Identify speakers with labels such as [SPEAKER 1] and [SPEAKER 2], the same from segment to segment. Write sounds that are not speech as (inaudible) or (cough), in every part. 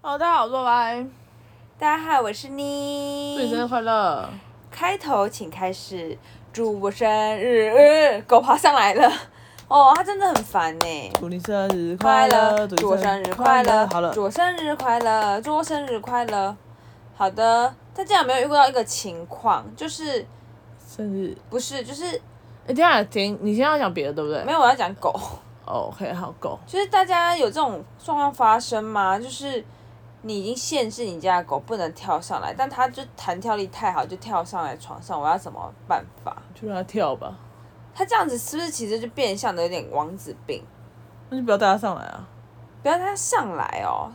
[SPEAKER 1] 好，大家好，我是罗白，
[SPEAKER 2] 大家好，我是
[SPEAKER 1] 祝你生日
[SPEAKER 2] 妮。
[SPEAKER 1] 快乐！
[SPEAKER 2] 开头请开始，祝我生日，呃狗爬上来了。哦，它真的很烦呢。
[SPEAKER 1] 祝你生日快
[SPEAKER 2] 快
[SPEAKER 1] 乐
[SPEAKER 2] 乐，，祝我生日快乐，
[SPEAKER 1] 好了，
[SPEAKER 2] 祝我生日快乐，祝我生日快乐。好的，大家有没有遇到一个情况，就是
[SPEAKER 1] 生日。
[SPEAKER 2] 不是就是
[SPEAKER 1] 哎，等一下停，你先要讲别的，对不对
[SPEAKER 2] 没有我要讲狗， (laughs)
[SPEAKER 1] 哦？OK，好，狗。
[SPEAKER 2] 就是大家有这种状况发生吗？就是你已经限制你家的狗不能跳上来，但它就弹跳力太好，就跳上来床上，我要怎么办法？
[SPEAKER 1] 就让它跳吧，
[SPEAKER 2] 他这样子是不是其实就变相的有点王子病？
[SPEAKER 1] 那就不要带它上来啊，
[SPEAKER 2] 不要让他上来哦，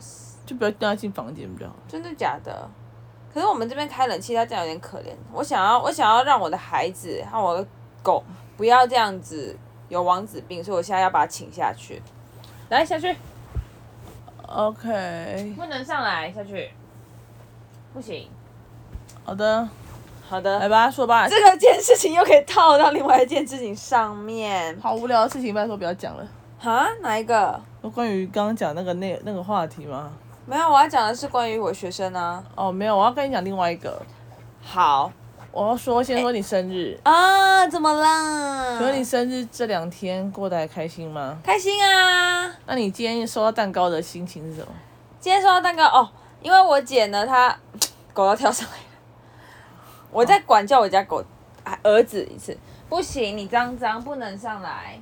[SPEAKER 1] 就不要带它进房间比较好。
[SPEAKER 2] 真的假的？可是我们这边开冷气，他这样有点可怜。我想要，我想要让我的孩子和我的狗不要这样子有王子病，所以我现在要把它请下去，来下去，
[SPEAKER 1] OK，
[SPEAKER 2] 不能上来，下去，不行。
[SPEAKER 1] 好的，
[SPEAKER 2] 好
[SPEAKER 1] 来
[SPEAKER 2] 的，
[SPEAKER 1] 吧，说吧。
[SPEAKER 2] 这个件事情又可以套到另外一件事情上面
[SPEAKER 1] 好无聊的事情，拜托不要讲了。
[SPEAKER 2] 啊？哪一个？
[SPEAKER 1] 那哦关于刚刚讲那个那那个话题吗？
[SPEAKER 2] 没有，我要讲的是关于我学生啊。
[SPEAKER 1] 哦，没有，我要跟你讲另外一个。
[SPEAKER 2] 好
[SPEAKER 1] 我要说，先说你生日。
[SPEAKER 2] 啊，怎么啦？
[SPEAKER 1] 哎请问你生日这两天过得还开心吗？
[SPEAKER 2] 开心啊！
[SPEAKER 1] 那你今天收到蛋糕的心情是什么？
[SPEAKER 2] 今天收到蛋糕哦，因为我姐呢，她狗要跳上来了，我在管教我家狗啊儿子一次，不行，你脏脏不能上来，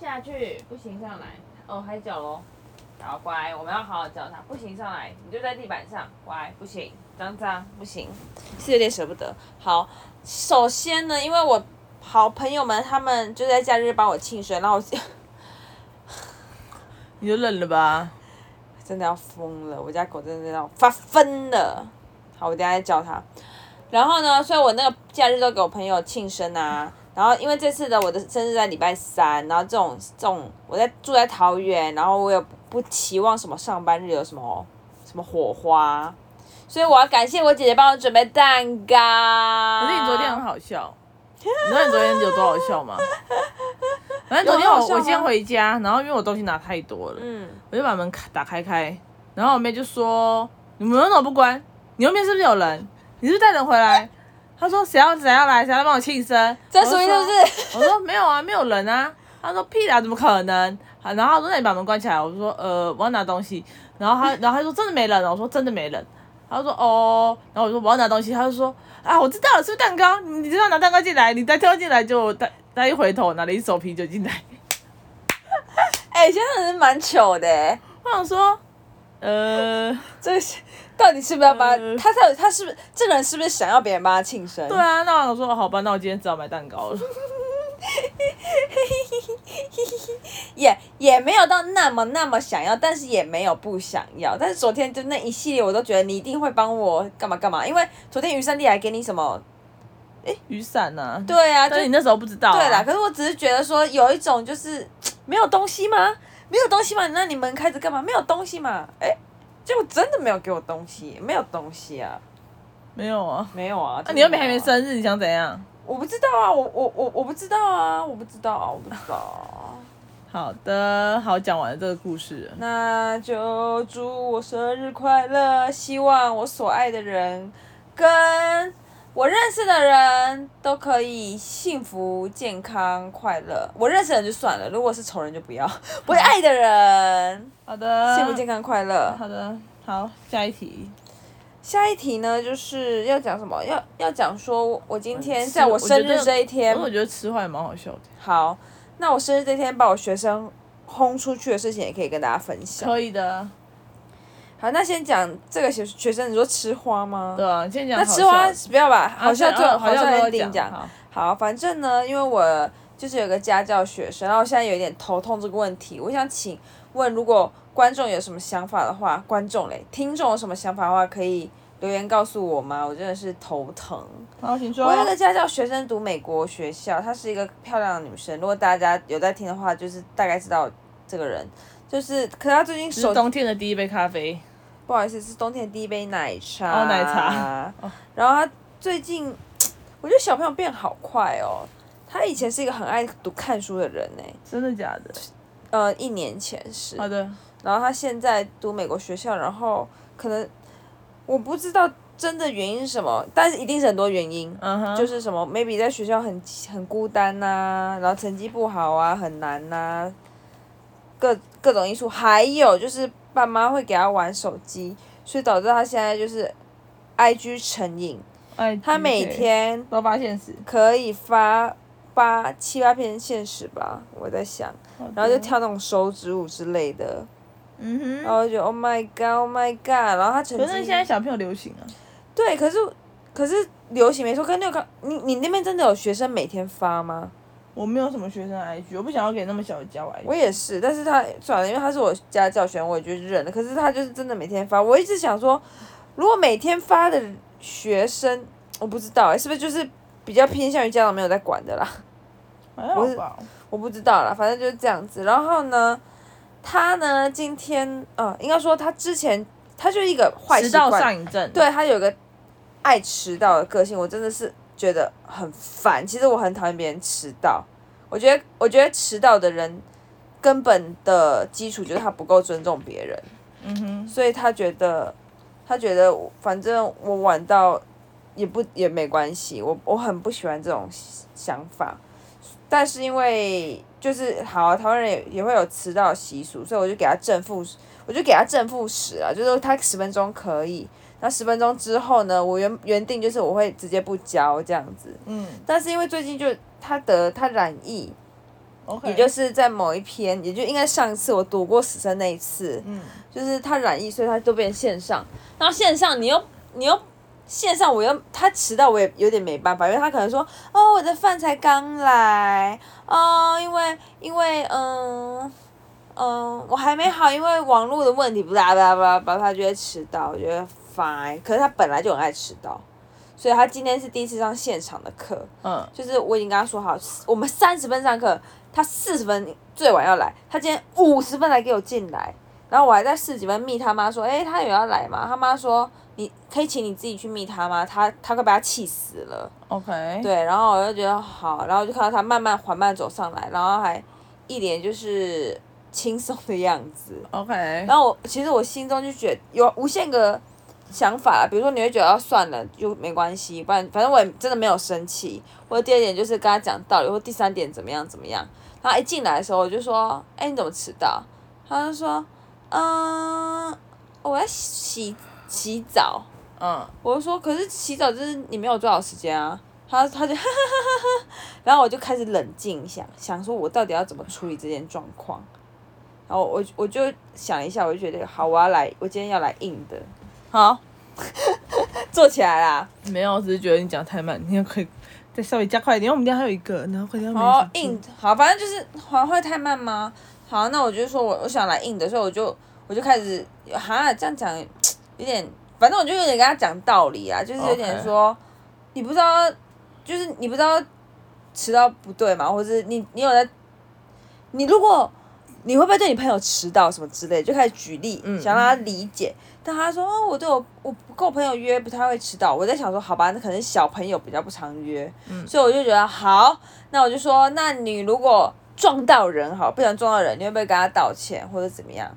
[SPEAKER 2] 下去不行上来，哦还脚喽，好乖，我们要好好教它，不行上来你就在地板上，乖不行，脏脏不行，是有点舍不得。好，首先呢，因为我好朋友们他们就在假日帮我庆生，然后我。
[SPEAKER 1] 你就认了吧。
[SPEAKER 2] 真的要疯了，我家狗真的要发疯了。好，我等一下再叫它。然后呢，所以我那个假日都给我朋友庆生啊。然后因为这次的我的生日在礼拜三，然后这种这种我在住在桃园，然后我也不期望什么上班日有什么什么火花，所以我要感谢我姐姐帮我准备蛋糕。
[SPEAKER 1] 可
[SPEAKER 2] 可
[SPEAKER 1] 是你昨天很好
[SPEAKER 2] 啊
[SPEAKER 1] 笑，你知道你昨天有多好笑吗？反正昨天
[SPEAKER 2] 有很好
[SPEAKER 1] 我
[SPEAKER 2] 笑吗
[SPEAKER 1] 我先回家，然后因为我东西拿太多了，
[SPEAKER 2] 嗯，
[SPEAKER 1] 我就把门开打开开，然后我妹就说：“你们为什么不关？你后面是不是有人？你是不是带人回来？”她说：“谁要谁要来？谁要帮我庆生？”
[SPEAKER 2] 这属于是不
[SPEAKER 1] 我就说
[SPEAKER 2] 是？
[SPEAKER 1] 我说没有啊，没有人啊。他说屁啦，怎么可能？啊然后他说那你把门关起来。我说呃，我要拿东西。然后他，然后他说真的没人。哦我说真的没人。他说哦，然后我说我要拿东西。他就说啊，我知道了，是不是蛋糕？你你知道拿蛋糕进来，你再跳进来就他他一回头拿了一手啤酒进来。
[SPEAKER 2] (laughs) 哎、现在人蛮糗的、欸。
[SPEAKER 1] 我想说，呃，
[SPEAKER 2] 这个是到底是不是要帮他
[SPEAKER 1] 呃
[SPEAKER 2] 他？到底他是不是这个人是不是想要别人帮他庆生？
[SPEAKER 1] 对啊，那我想说好吧，那我今天只好买蛋糕了。
[SPEAKER 2] 也也没有到那么那么想要，但是也没有不想要。但是昨天就那一系列，我都觉得你一定会帮我干嘛干嘛，因为昨天余三弟还给你什么？
[SPEAKER 1] 雨伞呐、啊，
[SPEAKER 2] 对啊，就
[SPEAKER 1] 但是你那时候不知道、啊。
[SPEAKER 2] 对啦。可是我只是觉得说有一种就是没有东西吗？没有东西吗？那你们开着干嘛？没有东西嘛？哎、结果真的没有给我东西，没有东西啊，
[SPEAKER 1] 没有啊。
[SPEAKER 2] 没有啊。
[SPEAKER 1] 那、你又没
[SPEAKER 2] 真的
[SPEAKER 1] 还没
[SPEAKER 2] 有啊
[SPEAKER 1] 生日，你想怎样？
[SPEAKER 2] 我不知道啊，我我我我不知道啊，我不知道啊，我不知道
[SPEAKER 1] (laughs)
[SPEAKER 2] 啊。
[SPEAKER 1] 好的，好，讲完了这个故事了。
[SPEAKER 2] 那就祝我生日快乐，希望我所爱的人跟我认识的人都可以幸福、健康、快乐。我认识的人就算了，如果是仇人就不要。 (laughs) 我爱的人，
[SPEAKER 1] 好的，
[SPEAKER 2] 幸福、健康、快乐。
[SPEAKER 1] 好的，好，下一题。
[SPEAKER 2] 下一题呢，就是要讲什么？要要讲说我今天
[SPEAKER 1] 嗯
[SPEAKER 2] 在我
[SPEAKER 1] 我觉
[SPEAKER 2] 生
[SPEAKER 1] 得哦
[SPEAKER 2] 日这一天
[SPEAKER 1] 不过我觉得吃坏蛮好笑的，
[SPEAKER 2] 好，那我生日这天把我学生轰出去的事情也可以跟大家分享。
[SPEAKER 1] 可以的。
[SPEAKER 2] 好，那先讲这个学学生，你说吃花吗？
[SPEAKER 1] 对啊，先讲
[SPEAKER 2] 那
[SPEAKER 1] 好笑
[SPEAKER 2] 吃
[SPEAKER 1] 的。
[SPEAKER 2] 花不要吧，
[SPEAKER 1] 啊
[SPEAKER 2] 好笑
[SPEAKER 1] 对啊
[SPEAKER 2] 就
[SPEAKER 1] 好
[SPEAKER 2] 笑
[SPEAKER 1] 笑
[SPEAKER 2] 一
[SPEAKER 1] 就
[SPEAKER 2] 定讲。
[SPEAKER 1] 好，
[SPEAKER 2] 好，反正呢，因为我就是有个家教学生，然后我现在有点头痛这个问题，我想请问，如果观众有什么想法的话，观众嘞，听众有什么想法的话，可以留言告诉我吗？我真的是头疼。
[SPEAKER 1] 好，请说
[SPEAKER 2] 我。有个家教学生读美国学校，她是一个漂亮的女生。如果大家有在听的话，就是大概知道这个人。就是，可是她最近
[SPEAKER 1] 这
[SPEAKER 2] 手
[SPEAKER 1] 是冬天的第一杯咖啡，
[SPEAKER 2] 不好意思，是冬天的第一杯奶茶。
[SPEAKER 1] 哦奶茶。
[SPEAKER 2] 然后她最近，我觉得小朋友变好快哦。她以前是一个很爱读看书的人呢、欸
[SPEAKER 1] 真的假的？
[SPEAKER 2] 呃，一年前是。
[SPEAKER 1] 好的，
[SPEAKER 2] 然后他现在读美国学校，然后可能我不知道真的原因是什么，但是一定是很多原因。
[SPEAKER 1] 嗯哼，
[SPEAKER 2] 就是是什么，maybe 在学校很很孤单呐、然后成绩不好啊，很难呐、各各种因素，还有就是爸妈会给他玩手机，所以导致他现在就是 I G 成瘾，
[SPEAKER 1] 哎，
[SPEAKER 2] 他每
[SPEAKER 1] 嗯对
[SPEAKER 2] 天
[SPEAKER 1] 都发现时，
[SPEAKER 2] 可以发八七八篇现实吧，我在想，然后就跳那种手指舞之类的，
[SPEAKER 1] 嗯哼，
[SPEAKER 2] 然后就 Oh my God，Oh my God，然后他成
[SPEAKER 1] 可
[SPEAKER 2] 绩
[SPEAKER 1] 是现在小朋友流行啊，
[SPEAKER 2] 对，可是可是流行没错，跟那个你你那边真的有学生每天发吗？
[SPEAKER 1] 我没有什么学生 IG，我不想要给那么小的教我 IG。
[SPEAKER 2] 我也是，但是他算了，因为他是我家教学生，我也就忍了。可是他就是真的每天发，我一直想说，如果每天发的学生，我不知道、欸、是不是就是比较偏向于家长没有在管的啦， (laughs)
[SPEAKER 1] 还好吧，
[SPEAKER 2] 我不知道啦，反正就是这样子。然后呢，他呢今天呃，应该说他之前他就是一个坏
[SPEAKER 1] 迟
[SPEAKER 2] 习
[SPEAKER 1] 到
[SPEAKER 2] 惯，
[SPEAKER 1] 上瘾症。，
[SPEAKER 2] 对他有个爱迟到的个性，我真的是觉得很烦。其实我很讨厌别人迟到，我觉得我觉得迟到的人根本的基础就是他不够尊重别人，
[SPEAKER 1] 嗯哼，
[SPEAKER 2] 所以他觉得他觉得我反正我晚到也不也没关系，我我很不喜欢这种想法。但是因为就是好，啊台湾人也也会有迟到的习俗，所以我就给他正负，我就给他正负十啊，就是他十分钟可以。那十分钟之后呢，我原原定就是我会直接不交这样子，
[SPEAKER 1] 嗯
[SPEAKER 2] 但是因为最近就他得他染疫，
[SPEAKER 1] ，OK，
[SPEAKER 2] 也就是在某一篇，也就应该上次我读过死生那一次，
[SPEAKER 1] 嗯，
[SPEAKER 2] 就是他染疫，所以他都变线上。然后线上你又你又线上，我又他迟到，我也有点没办法，因为他可能说哦，我的饭才刚来哦，因为因为嗯嗯，我还没好，因为网络的问题，不啦不啦不啦不啦，他就会迟到，我觉得 fine。可是他本来就很爱迟到，所以他今天是第一次上现场的课，
[SPEAKER 1] 嗯，
[SPEAKER 2] 就是我已经跟他说好，我们三十分上课，他四十分最晚要来，他今天五十分才给我进来，然后我还在四十几分密他妈说，诶，他有要来吗？他妈说，你可以请你自己去密他吗？他他快被他气死了。
[SPEAKER 1] ，OK，
[SPEAKER 2] 对，然后我就觉得好，然后就看到他慢慢缓慢走上来，然后还一脸就是轻松的样子。
[SPEAKER 1] ，OK，嗯
[SPEAKER 2] 然后我其实我心中就觉得有无限个想法啦，比如说你会觉得啊算了就没关系，不然反正我也真的没有生气。或者第二点就是跟他讲道理，或第三点怎么样怎么样。然后一进来的时候我就说，哎、你怎么迟到？他就说，嗯，我在洗洗澡。
[SPEAKER 1] 嗯，
[SPEAKER 2] 我就说，可是洗澡就是你没有做好时间啊。他他就 (laughs) 哈哈哈哈，然后我就开始冷静一下，想说我到底要怎么处理这件状况。然后我我就想一下，我就觉得好，我要来，我今天要来硬的，好， (laughs) 做起来啦。
[SPEAKER 1] 没有，我只是觉得你讲太慢，你要可以再稍微加快一点，因为我们家还有一个，然后快点要没
[SPEAKER 2] 好
[SPEAKER 1] 时间
[SPEAKER 2] 硬，好，反正就是还会太慢吗？好，那我就说我我想来硬的，所以我就我就开始哈这样讲有点，反正我就有点跟他讲道理啊，就是有点
[SPEAKER 1] OK
[SPEAKER 2] 说你不知道，就是你不知道迟到不对嘛，或者是你你有在，你如果你会不会对你朋友迟到什么之类，就开始举例，
[SPEAKER 1] 嗯
[SPEAKER 2] 想让他理解。但他说、哦、我对我我跟我朋友约不太会迟到，我在想说好吧，那可能小朋友比较不常约，
[SPEAKER 1] 嗯
[SPEAKER 2] 所以我就觉得好，那我就说，那你如果撞到人好，不想撞到人，你会不会跟他道歉或者怎么样？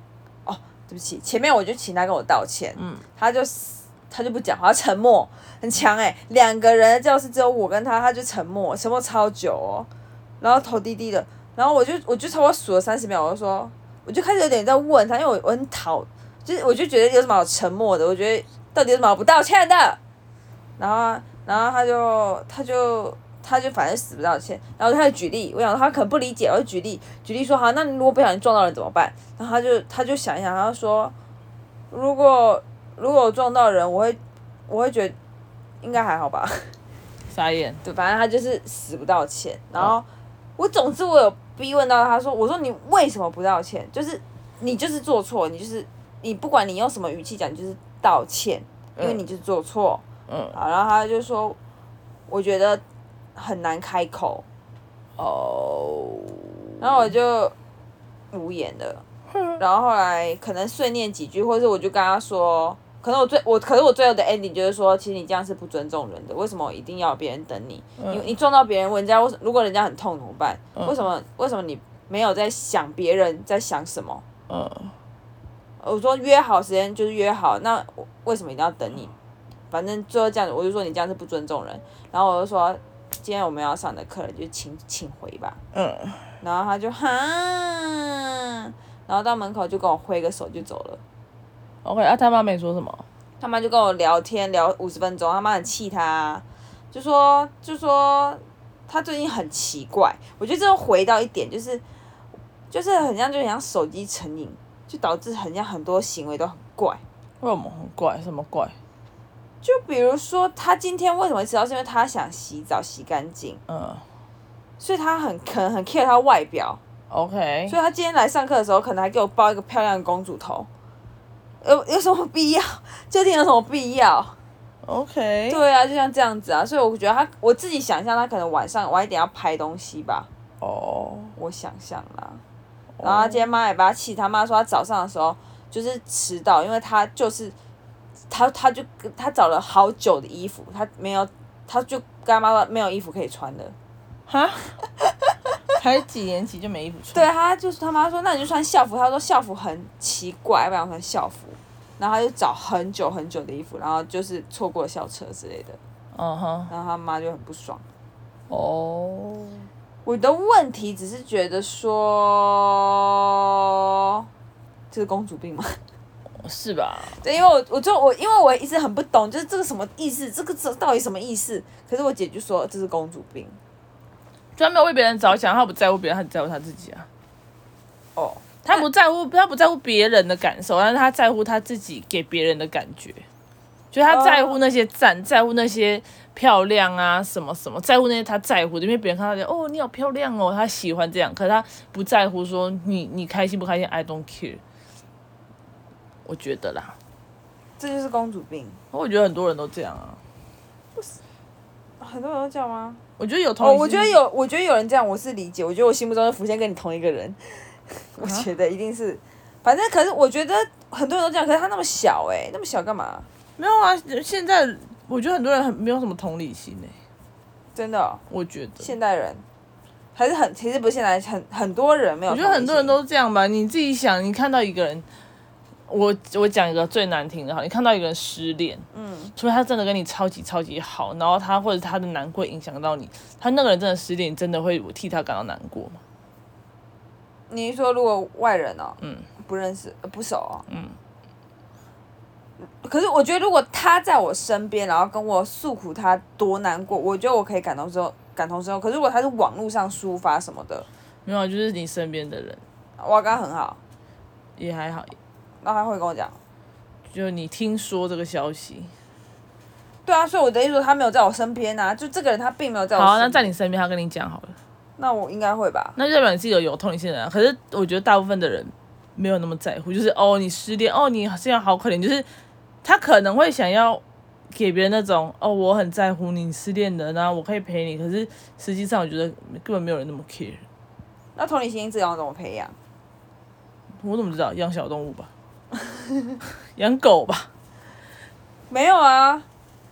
[SPEAKER 2] 哦，对不起，前面我就请他跟我道歉，
[SPEAKER 1] 嗯
[SPEAKER 2] 他就死他就不讲话，他沉默，很强哎、两个人的教室只有我跟他，他就沉默，沉默超久哦，然后头低低的，然后我就我就差不多数了三十秒，我就说，我就开始有点在问他，因为我我很讨，就是我就觉得有什么好沉默的，我觉得到底有什么好不道歉的，然后然后他就他就。他就反正死不道歉，然后他就举例，我想说他可能不理解，我就举例举例说好，那你如果不小心撞到人怎么办？然后他就他就想一想，他就说，如果如果我撞到人，我会我会觉得应该还好吧。
[SPEAKER 1] 傻眼，
[SPEAKER 2] 对，反正他就是死不道歉。然后、我总之我有逼问到他说，我说你为什么不道歉？就是你就是做错，你就是你不管你用什么语气讲，你就是道歉，因为
[SPEAKER 1] 嗯
[SPEAKER 2] 你就是做错。
[SPEAKER 1] 嗯，
[SPEAKER 2] 好，然后他就说，我觉得很难开口。
[SPEAKER 1] 哦，
[SPEAKER 2] 然后我就无言了。然后后来可能碎念几句，或者我就跟他说，可能我最我可是我最后的 ending 就是说，其实你这样是不尊重人的，为什么一定要别人等你？你你撞到别人，人家为什如果人家很痛
[SPEAKER 1] 嗯
[SPEAKER 2] 怎么办？为什么为什么你没有在想别人在想什么？
[SPEAKER 1] 嗯，
[SPEAKER 2] 我说约好时间就是约好，那我为什么一定要等你？反正最后这样子，我就说你这样是不尊重人。然后我就说今天我们要上你的课了，就请请回吧。
[SPEAKER 1] 嗯，
[SPEAKER 2] 然后他就哈，然后到门口就跟我挥个手就走了。
[SPEAKER 1] OK，啊，他妈没说什么，
[SPEAKER 2] 他妈就跟我聊天聊五十分钟，他妈很气他，就说就说他最近很奇怪，我觉得这又回到一点，就是就是很像就很像手机成瘾，就导致很像很多行为都很怪。
[SPEAKER 1] 为什么很怪？什么怪？
[SPEAKER 2] 就比如说他今天为什么会迟到，是因为他想洗澡洗干净，
[SPEAKER 1] 嗯
[SPEAKER 2] 所以他很可能很 care 他外表，
[SPEAKER 1] ，OK，
[SPEAKER 2] 所以他今天来上课的时候，可能还给我包一个漂亮的公主头，有有什么必要？究竟有什么必要？
[SPEAKER 1] OK，
[SPEAKER 2] 对啊，就像这样子啊，所以我觉得他，我自己想象他可能晚上晚一点要拍东西吧，
[SPEAKER 1] 哦，
[SPEAKER 2] 我想象啦。然后他今天妈也把他气，他妈说他早上的时候就是迟到，因为他就是他他就他找了好久的衣服，他没有，他就跟他妈说没有衣服可以穿的。
[SPEAKER 1] 哈， (laughs) 才几年级就没衣服穿？
[SPEAKER 2] 对，啊他就是他妈说那你就穿校服，他说校服很奇怪，要不想穿校服。然后他就找很久很久的衣服，然后就是错过了校车之类的，
[SPEAKER 1] 嗯哼，
[SPEAKER 2] 然后他妈就很不爽。
[SPEAKER 1] 哦，
[SPEAKER 2] 我的问题只是觉得说，这是公主病吗？
[SPEAKER 1] 是吧？
[SPEAKER 2] 对，因为我我就我因为我一直很不懂，就是这个什么意思，这个这到底什么意思？可是我姐就说这是公主病
[SPEAKER 1] 专门为别人着想，他不在乎别人，他只在乎他自己啊。
[SPEAKER 2] 哦。
[SPEAKER 1] 他不在乎，他不在乎别人的感受，但是他在乎他自己给别人的感觉，就是他在乎那些赞，在乎那些漂亮啊，什么什么，在乎那些他在乎的，因为别人看到他就哦，你好漂亮哦，他喜欢这样，可是他不在乎说你你开心不开心，I don't care。我觉得啦，
[SPEAKER 2] 这就是公主病。
[SPEAKER 1] 我觉得很多人都这样啊，
[SPEAKER 2] 很多人都这样吗？
[SPEAKER 1] 我觉得有同
[SPEAKER 2] 哦，
[SPEAKER 1] 理心，
[SPEAKER 2] 我觉得有，我觉得有人这样，我是理解。我觉得我心目中浮现跟你同一个人，我觉得一定是，反正可是我觉得很多人都这样，可是他那么小哎、那么小干嘛？
[SPEAKER 1] 没有啊，现在我觉得很多人很没有什么同理心呢、
[SPEAKER 2] 真的哦、
[SPEAKER 1] 我觉得。
[SPEAKER 2] 现代人还是很，其实不是现代人，很很多人没有
[SPEAKER 1] 我
[SPEAKER 2] 同
[SPEAKER 1] 觉
[SPEAKER 2] 理
[SPEAKER 1] 得很
[SPEAKER 2] 心。
[SPEAKER 1] 多人都这样吧，你自己想，你看到一个人，我我讲一个最难听的哈，你看到一个人失恋，
[SPEAKER 2] 嗯，
[SPEAKER 1] 除非他真的跟你超级超级好，然后他或者他的难过影响到你，他那个人真的失恋，你真的会替他感到难过吗？
[SPEAKER 2] 你是说如果外人哦，
[SPEAKER 1] 嗯，
[SPEAKER 2] 不认识、呃不熟哦，嗯。可是我觉得，如果他在我身边，然后跟我诉苦他多难过，我觉得我可以感同身受，感同身受。可是如果他是网络上抒发什么的，
[SPEAKER 1] 没有啊，就是你身边的人
[SPEAKER 2] 我跟他很好，
[SPEAKER 1] 也还好，
[SPEAKER 2] 那他会跟我讲。
[SPEAKER 1] 就你听说这个消息，
[SPEAKER 2] 对啊，所以我的意思说他没有在我身边啊，就这个人他并没有在我
[SPEAKER 1] 好
[SPEAKER 2] 身
[SPEAKER 1] 啊、
[SPEAKER 2] 边。
[SPEAKER 1] 那在你身边他跟你讲好了，
[SPEAKER 2] 那我应该会吧？
[SPEAKER 1] 那就代表你自己有有同理心的人啊。可是我觉得大部分的人没有那么在乎，就是哦，你失恋，哦，你现在好可怜，就是他可能会想要给别人那种哦，我很在乎你失恋的，然后我可以陪你。可是实际上，我觉得根本没有人那么 care。
[SPEAKER 2] 那同理心这样怎么培养？
[SPEAKER 1] 我怎么知道养小动物吧？养狗吧？
[SPEAKER 2] 没有啊，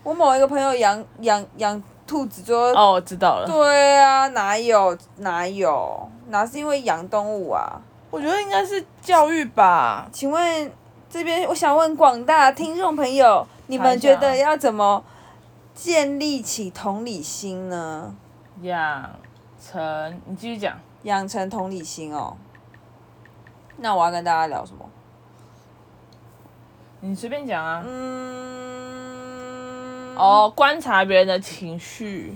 [SPEAKER 2] 我某一个朋友养养养兔子，最后
[SPEAKER 1] 哦，知道 (laughs)
[SPEAKER 2] (laughs)
[SPEAKER 1] 了。
[SPEAKER 2] 对啊，哪有哪有，哪是因为养动物啊？
[SPEAKER 1] 我觉得应该是教育吧。
[SPEAKER 2] 请问这边，我想问广大听众朋友，你们觉得要怎么建立起同理心呢？
[SPEAKER 1] 养成，你继续讲。
[SPEAKER 2] 养成同理心哦。那我要跟大家聊什么？
[SPEAKER 1] 你随便讲啊。
[SPEAKER 2] 嗯，
[SPEAKER 1] 哦，观察别人的情绪。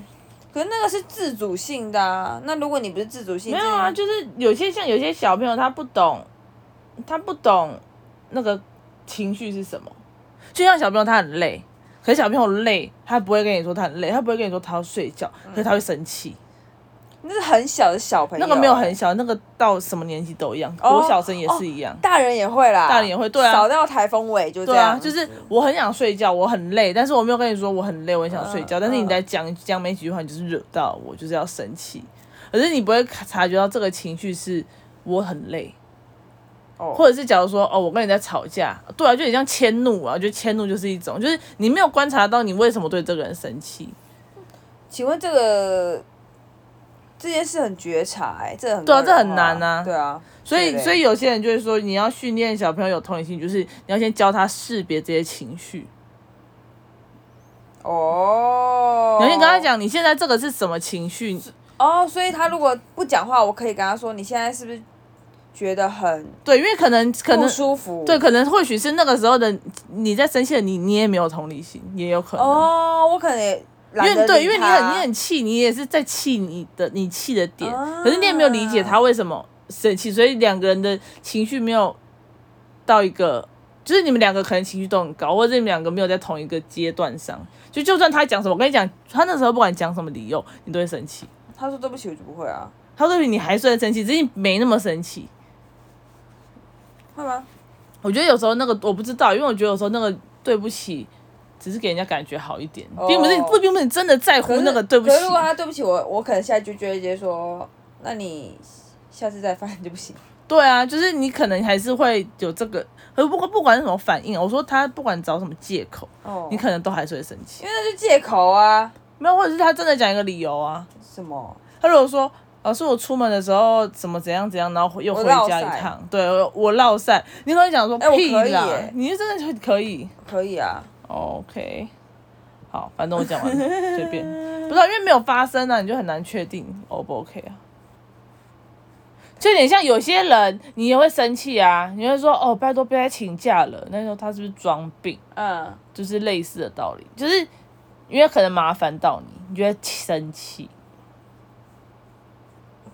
[SPEAKER 2] 可是那个是自主性的啊。那如果你不是自主性，
[SPEAKER 1] 没有啊，
[SPEAKER 2] 这
[SPEAKER 1] 就是有些像有些小朋友他不懂，他不懂那个情绪是什么。就像小朋友他很累，可是小朋友累，他不会跟你说他很累，他不会跟你说他要睡觉，
[SPEAKER 2] 嗯
[SPEAKER 1] 可是他会生气。
[SPEAKER 2] 那是很小的小朋友，
[SPEAKER 1] 那个没有很小，那个到什么年纪都一样，
[SPEAKER 2] 哦
[SPEAKER 1] 国小生也是一样。
[SPEAKER 2] 大人也会啦，
[SPEAKER 1] 大人也会对啊
[SPEAKER 2] 扫到台风尾就这
[SPEAKER 1] 对
[SPEAKER 2] 样，
[SPEAKER 1] 啊，就是我很想睡觉，我很累，但是我没有跟你说我很累，我很想睡觉。
[SPEAKER 2] 嗯
[SPEAKER 1] 但是你在讲讲没几句话，你就是惹到我，就是要生气。可是你不会察觉到这个情绪是我很累，
[SPEAKER 2] 哦
[SPEAKER 1] 或者是假如说哦，我跟你在吵架，对啊，就很像迁怒啊，我觉得迁怒就是一种，就是你没有观察到你为什么对这个人生气。
[SPEAKER 2] 请问这个这件事很觉察、欸，这很
[SPEAKER 1] 对啊
[SPEAKER 2] 个人
[SPEAKER 1] 这很
[SPEAKER 2] 化
[SPEAKER 1] 难啊
[SPEAKER 2] 对啊，
[SPEAKER 1] 所以
[SPEAKER 2] 对
[SPEAKER 1] 所以有些人就会说，你要训练小朋友有同理心，就是你要先教他识别这些情绪。
[SPEAKER 2] 哦，
[SPEAKER 1] 你要先跟他讲，你现在这个是什么情绪？
[SPEAKER 2] 哦，所以他如果不讲话，我可以跟他说，你现在是不是觉得很
[SPEAKER 1] 对，因为可能可
[SPEAKER 2] 不
[SPEAKER 1] 能
[SPEAKER 2] 舒服？
[SPEAKER 1] 对，可能或许是那个时候的你在生气的你，你也没有同理心，也有可能。
[SPEAKER 2] 哦，我可能也
[SPEAKER 1] 因
[SPEAKER 2] 懒得
[SPEAKER 1] 为对，
[SPEAKER 2] 理
[SPEAKER 1] 因为你
[SPEAKER 2] 他
[SPEAKER 1] 很你很气，你也是在气你的你气的点，
[SPEAKER 2] 啊
[SPEAKER 1] 可是你也没有理解他为什么生气，所以两个人的情绪没有到一个，就是你们两个可能情绪都很高，或者你们两个没有在同一个阶段上，就就算他讲什么，我跟你讲，他那时候不管讲什么理由，你都会生气。
[SPEAKER 2] 他说对不起，我就不会啊，
[SPEAKER 1] 他对你还是会生气，只是你没那么生气。
[SPEAKER 2] 会吗？
[SPEAKER 1] 我觉得有时候那个我不知道，因为我觉得有时候那个对不起，只是给人家感觉好一点，
[SPEAKER 2] 哦
[SPEAKER 1] 并不是不并不是真的在乎
[SPEAKER 2] 可是
[SPEAKER 1] 那个对不
[SPEAKER 2] 可
[SPEAKER 1] 起。
[SPEAKER 2] 是如果他对不起我，我可能下一句就会直接说，那你下次再犯就
[SPEAKER 1] (laughs)
[SPEAKER 2] 不行。
[SPEAKER 1] 对啊，就是你可能还是会有这个，可是不管不管是什么反应，我说他不管找什么借口，
[SPEAKER 2] 哦，
[SPEAKER 1] 你可能都还是会生气
[SPEAKER 2] 因。为那就借口啊，
[SPEAKER 1] 没有，或者是他真的讲一个理由啊。
[SPEAKER 2] 什么？
[SPEAKER 1] 他如果说老师我出门的时候怎么怎样怎样，然后又回
[SPEAKER 2] 我落
[SPEAKER 1] 家一
[SPEAKER 2] 赛
[SPEAKER 1] 趟，对我我落赛，你可以讲说
[SPEAKER 2] 哎我
[SPEAKER 1] 屁
[SPEAKER 2] 可以
[SPEAKER 1] 啦，
[SPEAKER 2] 耶
[SPEAKER 1] 你是真的就可以。
[SPEAKER 2] 可以啊，
[SPEAKER 1] OK，好，反正我讲完了随便，不知道因为没有发生啊，你就很难确定 O 不 OK 啊。就有点像有些人，你也会生气啊，你会说哦，拜托不要再请假了。那时候他是不是装病？
[SPEAKER 2] 嗯，
[SPEAKER 1] 就是类似的道理，就是因为可能麻烦到你，你就会生气，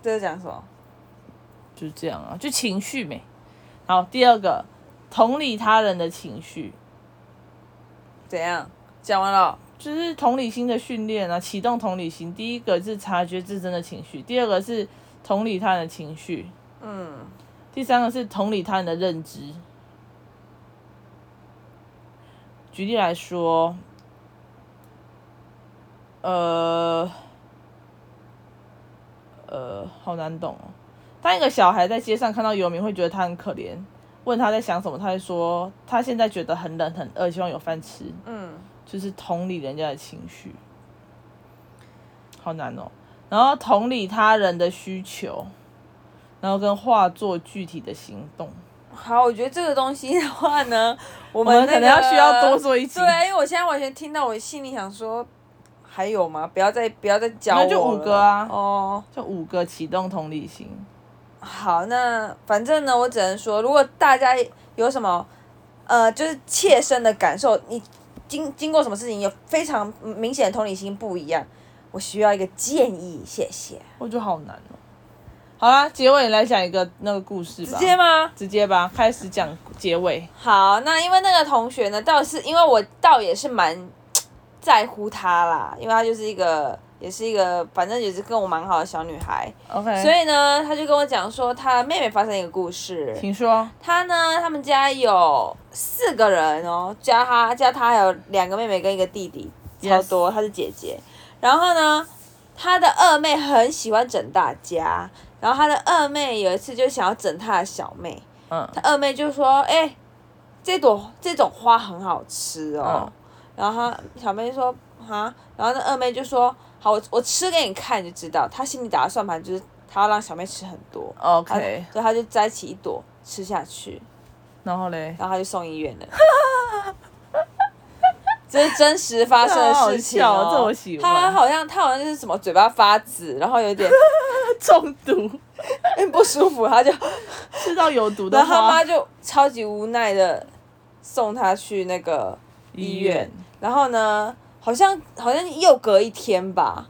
[SPEAKER 2] 这是讲什么？
[SPEAKER 1] 就是这样啊，就情绪没。好，第二个，同理他人的情绪，
[SPEAKER 2] 怎样？讲完了，
[SPEAKER 1] 就是同理心的训练啊，启动同理心。第一个是察觉自身的情绪，第二个是同理他人的情绪，
[SPEAKER 2] 嗯，
[SPEAKER 1] 第三个是同理他人的认知。举例来说，呃，呃，好难懂哦。当一个小孩在街上看到游民，会觉得他很可怜，问他在想什么，他会说他现在觉得很冷很饿，希望有饭吃。
[SPEAKER 2] 嗯，
[SPEAKER 1] 就是同理人家的情绪，好难哦。然后同理他人的需求，然后跟化作具体的行动。
[SPEAKER 2] 好，我觉得这个东西的话
[SPEAKER 1] (laughs)
[SPEAKER 2] 呢，我
[SPEAKER 1] 我们
[SPEAKER 2] 们
[SPEAKER 1] 可能要需要多。做一集，
[SPEAKER 2] 对啊，因为我现在完全听到，我心里想说，还有吗？不要再不要再教我
[SPEAKER 1] 那就五
[SPEAKER 2] 了
[SPEAKER 1] 个啊
[SPEAKER 2] 哦，
[SPEAKER 1] 就五个启动同理心。
[SPEAKER 2] 好，那反正呢，我只能说，如果大家有什么，呃，就是切身的感受，你经经过什么事情，有非常明显的同理心不一样，我需要一个建议，谢谢。
[SPEAKER 1] 我觉得好难哦。好啦，结尾来讲一个那个故事吧，
[SPEAKER 2] 直接吗？
[SPEAKER 1] 直接吧，开始讲结尾。
[SPEAKER 2] 好，那因为那个同学呢，倒是因为我倒也是蛮在乎她啦，因为她就是一个，也是一个，反正也是跟我蛮好的小女孩，
[SPEAKER 1] OK，
[SPEAKER 2] 所以呢，她就跟我讲说，她妹妹发生一个故事，
[SPEAKER 1] 请说。
[SPEAKER 2] 他呢，他们家有四个人哦，加他加他还有两个妹妹跟一个弟弟，超
[SPEAKER 1] Yes
[SPEAKER 2] 多，她是姐姐。然后呢，他的二妹很喜欢整大家，然后他的二妹有一次就想要整他的小妹，
[SPEAKER 1] 嗯
[SPEAKER 2] 他二妹就说：“哎、这朵这种花很好吃哦。
[SPEAKER 1] 嗯
[SPEAKER 2] 然后他小妹就说：“哈。”然后那二妹就说：“好，我我吃给你看，你就知道。”她心里打的算盘就是她要让小妹吃很多。她
[SPEAKER 1] ，OK，
[SPEAKER 2] 所以她就摘起一朵吃下去，
[SPEAKER 1] 然后嘞，
[SPEAKER 2] 然后他就送医院了。这是真实发生的事
[SPEAKER 1] (laughs)
[SPEAKER 2] 情、
[SPEAKER 1] 这好
[SPEAKER 2] 哦
[SPEAKER 1] 笑这我喜欢
[SPEAKER 2] 他好像他好像就是什么嘴巴发紫，然后
[SPEAKER 1] (laughs)
[SPEAKER 2] 有点
[SPEAKER 1] 中毒，
[SPEAKER 2] 不舒服，他就
[SPEAKER 1] 吃到有毒的
[SPEAKER 2] 然后他
[SPEAKER 1] 花
[SPEAKER 2] 妈就超级无奈的送他去那个医院。然后呢，好像好像又隔一天吧，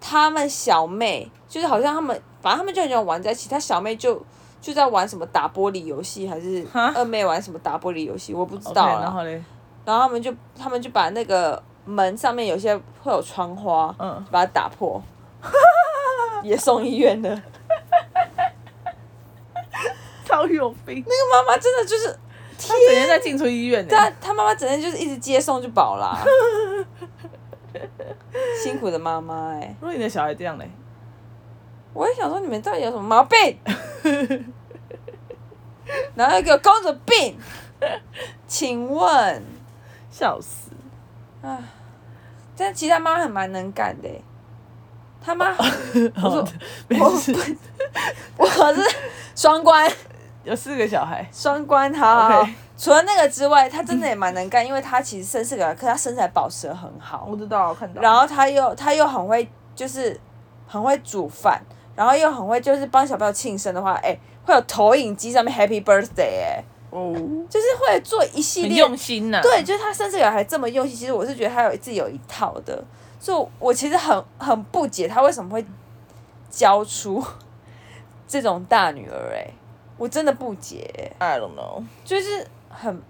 [SPEAKER 2] 他们小妹就是好像他们，反正他们就很喜欢玩在一起。他小妹就就在玩什么打玻璃游戏，还是
[SPEAKER 1] 哈
[SPEAKER 2] 二妹玩什么打玻璃游戏，我不知
[SPEAKER 1] OK，
[SPEAKER 2] 道啦
[SPEAKER 1] 然后嘞，
[SPEAKER 2] 然后他们就他们就把那个门上面有些会有窗花，
[SPEAKER 1] 嗯
[SPEAKER 2] 把它打破， (laughs) 也送医院了。
[SPEAKER 1] 超有病。
[SPEAKER 2] 那个妈妈真的就是，
[SPEAKER 1] 他整天在进出医院呢、
[SPEAKER 2] 她她妈妈整天就是一直接送就饱
[SPEAKER 1] (laughs)
[SPEAKER 2] 啦，辛苦的妈妈哎、
[SPEAKER 1] 如果你的小孩这样嘞，
[SPEAKER 2] 我也想说你们到底有什么毛病？
[SPEAKER 1] (laughs)
[SPEAKER 2] 然后又给我公主病，请问，啊
[SPEAKER 1] 笑死！
[SPEAKER 2] 但其他妈妈很蛮能干的欸、他
[SPEAKER 1] (laughs)
[SPEAKER 2] 妈，
[SPEAKER 1] 哦好
[SPEAKER 2] 说
[SPEAKER 1] 的，没事，
[SPEAKER 2] 我
[SPEAKER 1] (laughs)
[SPEAKER 2] 是双关
[SPEAKER 1] 有四个小孩，
[SPEAKER 2] 双关，好好好
[SPEAKER 1] OK
[SPEAKER 2] 除了那个之外，他真的也蛮能干，因为他其实生四个，可是他身材保持得很好。
[SPEAKER 1] 我知道，我看到。
[SPEAKER 2] 然后他又他又很会，就是很会煮饭，然后又很会就是帮小朋友庆生的话，哎，会有投影机上面 Happy Birthday，哎，
[SPEAKER 1] 哦，
[SPEAKER 2] 就是会做一系
[SPEAKER 1] 很
[SPEAKER 2] 列，
[SPEAKER 1] 用心呐、啊
[SPEAKER 2] 对，就是他甚至有还这么用心。其实我是觉得他有自己有一套的，所以我其实很很不解他为什么会教出 (laughs) 这种大女儿，哎，我真的不解，哎
[SPEAKER 1] ，I don't know，
[SPEAKER 2] 就是很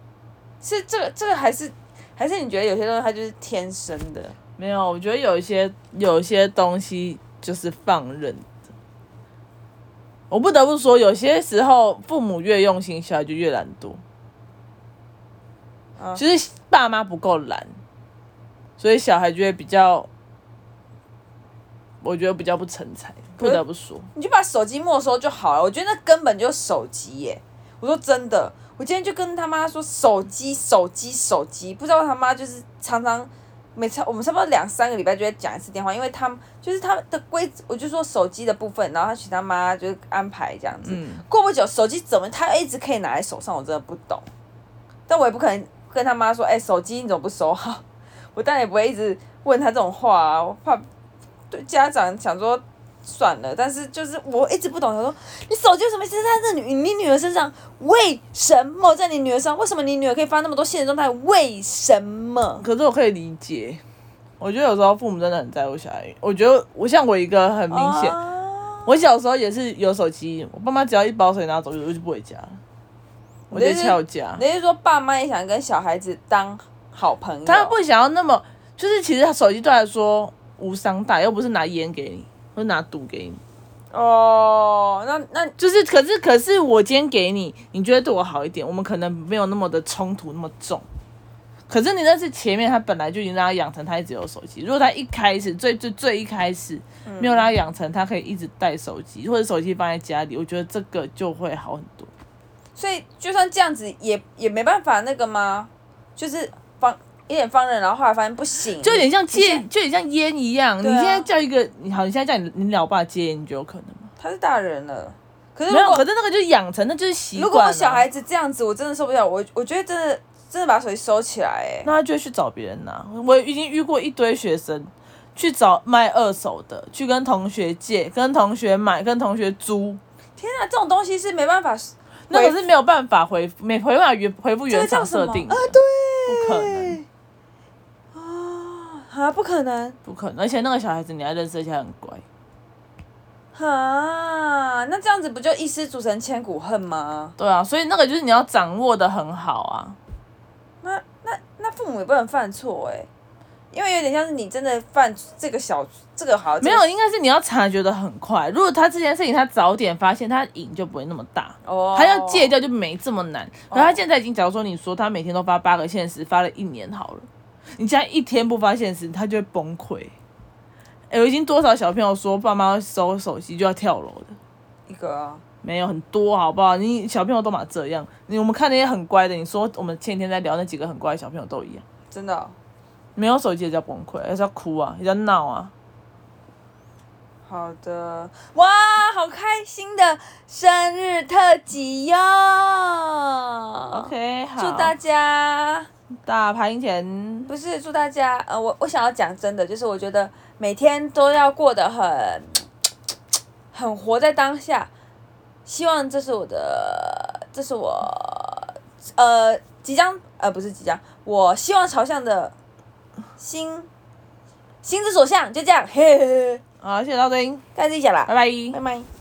[SPEAKER 2] 是这个这个还是还是你觉得有些东西他就是天生的。
[SPEAKER 1] 没有，我觉得有一些有一些东西就是放任的。我不得不说，有些时候父母越用心，小孩就越懒惰。
[SPEAKER 2] 嗯
[SPEAKER 1] 就是爸妈不够懒，所以小孩就会比较，我觉得比较不成才，
[SPEAKER 2] 可
[SPEAKER 1] 不
[SPEAKER 2] 是
[SPEAKER 1] 得不说。
[SPEAKER 2] 你就把手机没收就好了。我觉得那根本就是手机耶。我说真的，我今天就跟他妈说手机手机手机，不知道他妈就是常常每次我们差不多两三个礼拜就会讲一次电话，因为他们就是他的规则，我就说手机的部分，然后他请他妈就是安排这样子。
[SPEAKER 1] 嗯，
[SPEAKER 2] 过不久手机怎么他一直可以拿在手上，我真的不懂。但我也不可能跟他妈说，哎、手机你怎么不收好？ (laughs) 我当然也不会一直问他这种话啊，我怕对家长想说哎算了。但是就是我一直不懂，他说你手机为什么一直在这女你女儿身上？为什么在你女儿身上？为什么你女儿可以发那么多现实动态？为什么？
[SPEAKER 1] 可是我可以理解，我觉得有时候父母真的很在乎小孩。我觉得我像我一个很明显，
[SPEAKER 2] 啊
[SPEAKER 1] 我小时候也是有手机，我爸妈只要一把我手机拿走，我就不回家了，我就翘家。
[SPEAKER 2] 你是说爸妈也想跟小孩子当好朋友？
[SPEAKER 1] 他不想要那么，就是其实手机对他来说无伤大，又不是拿烟给你，或是拿毒给你。
[SPEAKER 2] 哦，那那
[SPEAKER 1] 就是，可是可是我今天给你，你觉得对我好一点，我们可能没有那么的冲突那么重。可是你那是前面他本来就已经让他养成他一直有手机，如果他一开始最最最一开始没有让他养成他可以一直带手机，或者手机放在家里，我觉得这个就会好很多。
[SPEAKER 2] 所以就算这样子也也没办法那个吗？就是放一点放任，然后后来发现不行，
[SPEAKER 1] 就有点像戒
[SPEAKER 2] 你现，
[SPEAKER 1] 就有点像烟一样。你
[SPEAKER 2] 对啊
[SPEAKER 1] 现在叫一个，你好，你现在叫你你老爸戒烟，你觉得有可能吗？
[SPEAKER 2] 他是大人了。可是
[SPEAKER 1] 没
[SPEAKER 2] 如
[SPEAKER 1] 有，可
[SPEAKER 2] 果
[SPEAKER 1] 是那个就是养成，那就是习
[SPEAKER 2] 如果
[SPEAKER 1] 惯、
[SPEAKER 2] 我
[SPEAKER 1] 啊。
[SPEAKER 2] 小孩，子这样子，我真的受不了。我我觉得真的真的把手机收起来、欸，
[SPEAKER 1] 那他就会去找别人拿。我已经遇过一堆学生去找卖二手的，去跟同学借，跟同学买，跟同学租。
[SPEAKER 2] 天啊，这种东西是没办法，
[SPEAKER 1] 那可是没有办法回复，没回法原回复
[SPEAKER 2] 这
[SPEAKER 1] 原
[SPEAKER 2] 个叫
[SPEAKER 1] 厂
[SPEAKER 2] 什么
[SPEAKER 1] 设定的，？
[SPEAKER 2] 啊对，
[SPEAKER 1] 不可能，
[SPEAKER 2] 啊啊，不可能
[SPEAKER 1] 不可能。而且那个小孩子你还认识，而且还很乖。
[SPEAKER 2] 啊！那这样子不就一失足成千古恨吗？
[SPEAKER 1] 对啊，所以那个就是你要掌握的很好啊。
[SPEAKER 2] 那那那父母也不能犯错哎、因为有点像是你真的犯这个小这个好像
[SPEAKER 1] 没有，应该是你要察觉的很快。如果他这件事情他早点发现，他瘾就不会那么大。
[SPEAKER 2] 哦，
[SPEAKER 1] 他要戒掉就没这么难。可是他现在已经，假如说你说他每天都发八个现实，发了一年好了，你现在一天不发现实，他就会崩溃。哎、我已经多少小朋友说爸妈要收手机就要跳楼的，
[SPEAKER 2] 一个啊，
[SPEAKER 1] 没有很多好不好？你小朋友都嘛这样，你我们看那些很乖的，你说我们前几天在聊那几个很乖的小朋友都一样，
[SPEAKER 2] 真的哦、
[SPEAKER 1] 没有手机也叫崩溃，也是要哭啊，也叫闹啊。
[SPEAKER 2] 好的，哇，好开心的生日特辑哟
[SPEAKER 1] OK，好，
[SPEAKER 2] 哦祝大家
[SPEAKER 1] 大排音前
[SPEAKER 2] 不是祝大家，呃，我我想要讲真的，就是我觉得每天都要过得很很活在当下。希望这是我的，这是我呃即将呃不是即将，我希望朝向的心心之所向，就这样，嘿嘿嘿嘿，
[SPEAKER 1] 好，谢谢大丁，
[SPEAKER 2] 干自己讲啦，
[SPEAKER 1] 拜拜
[SPEAKER 2] 拜拜。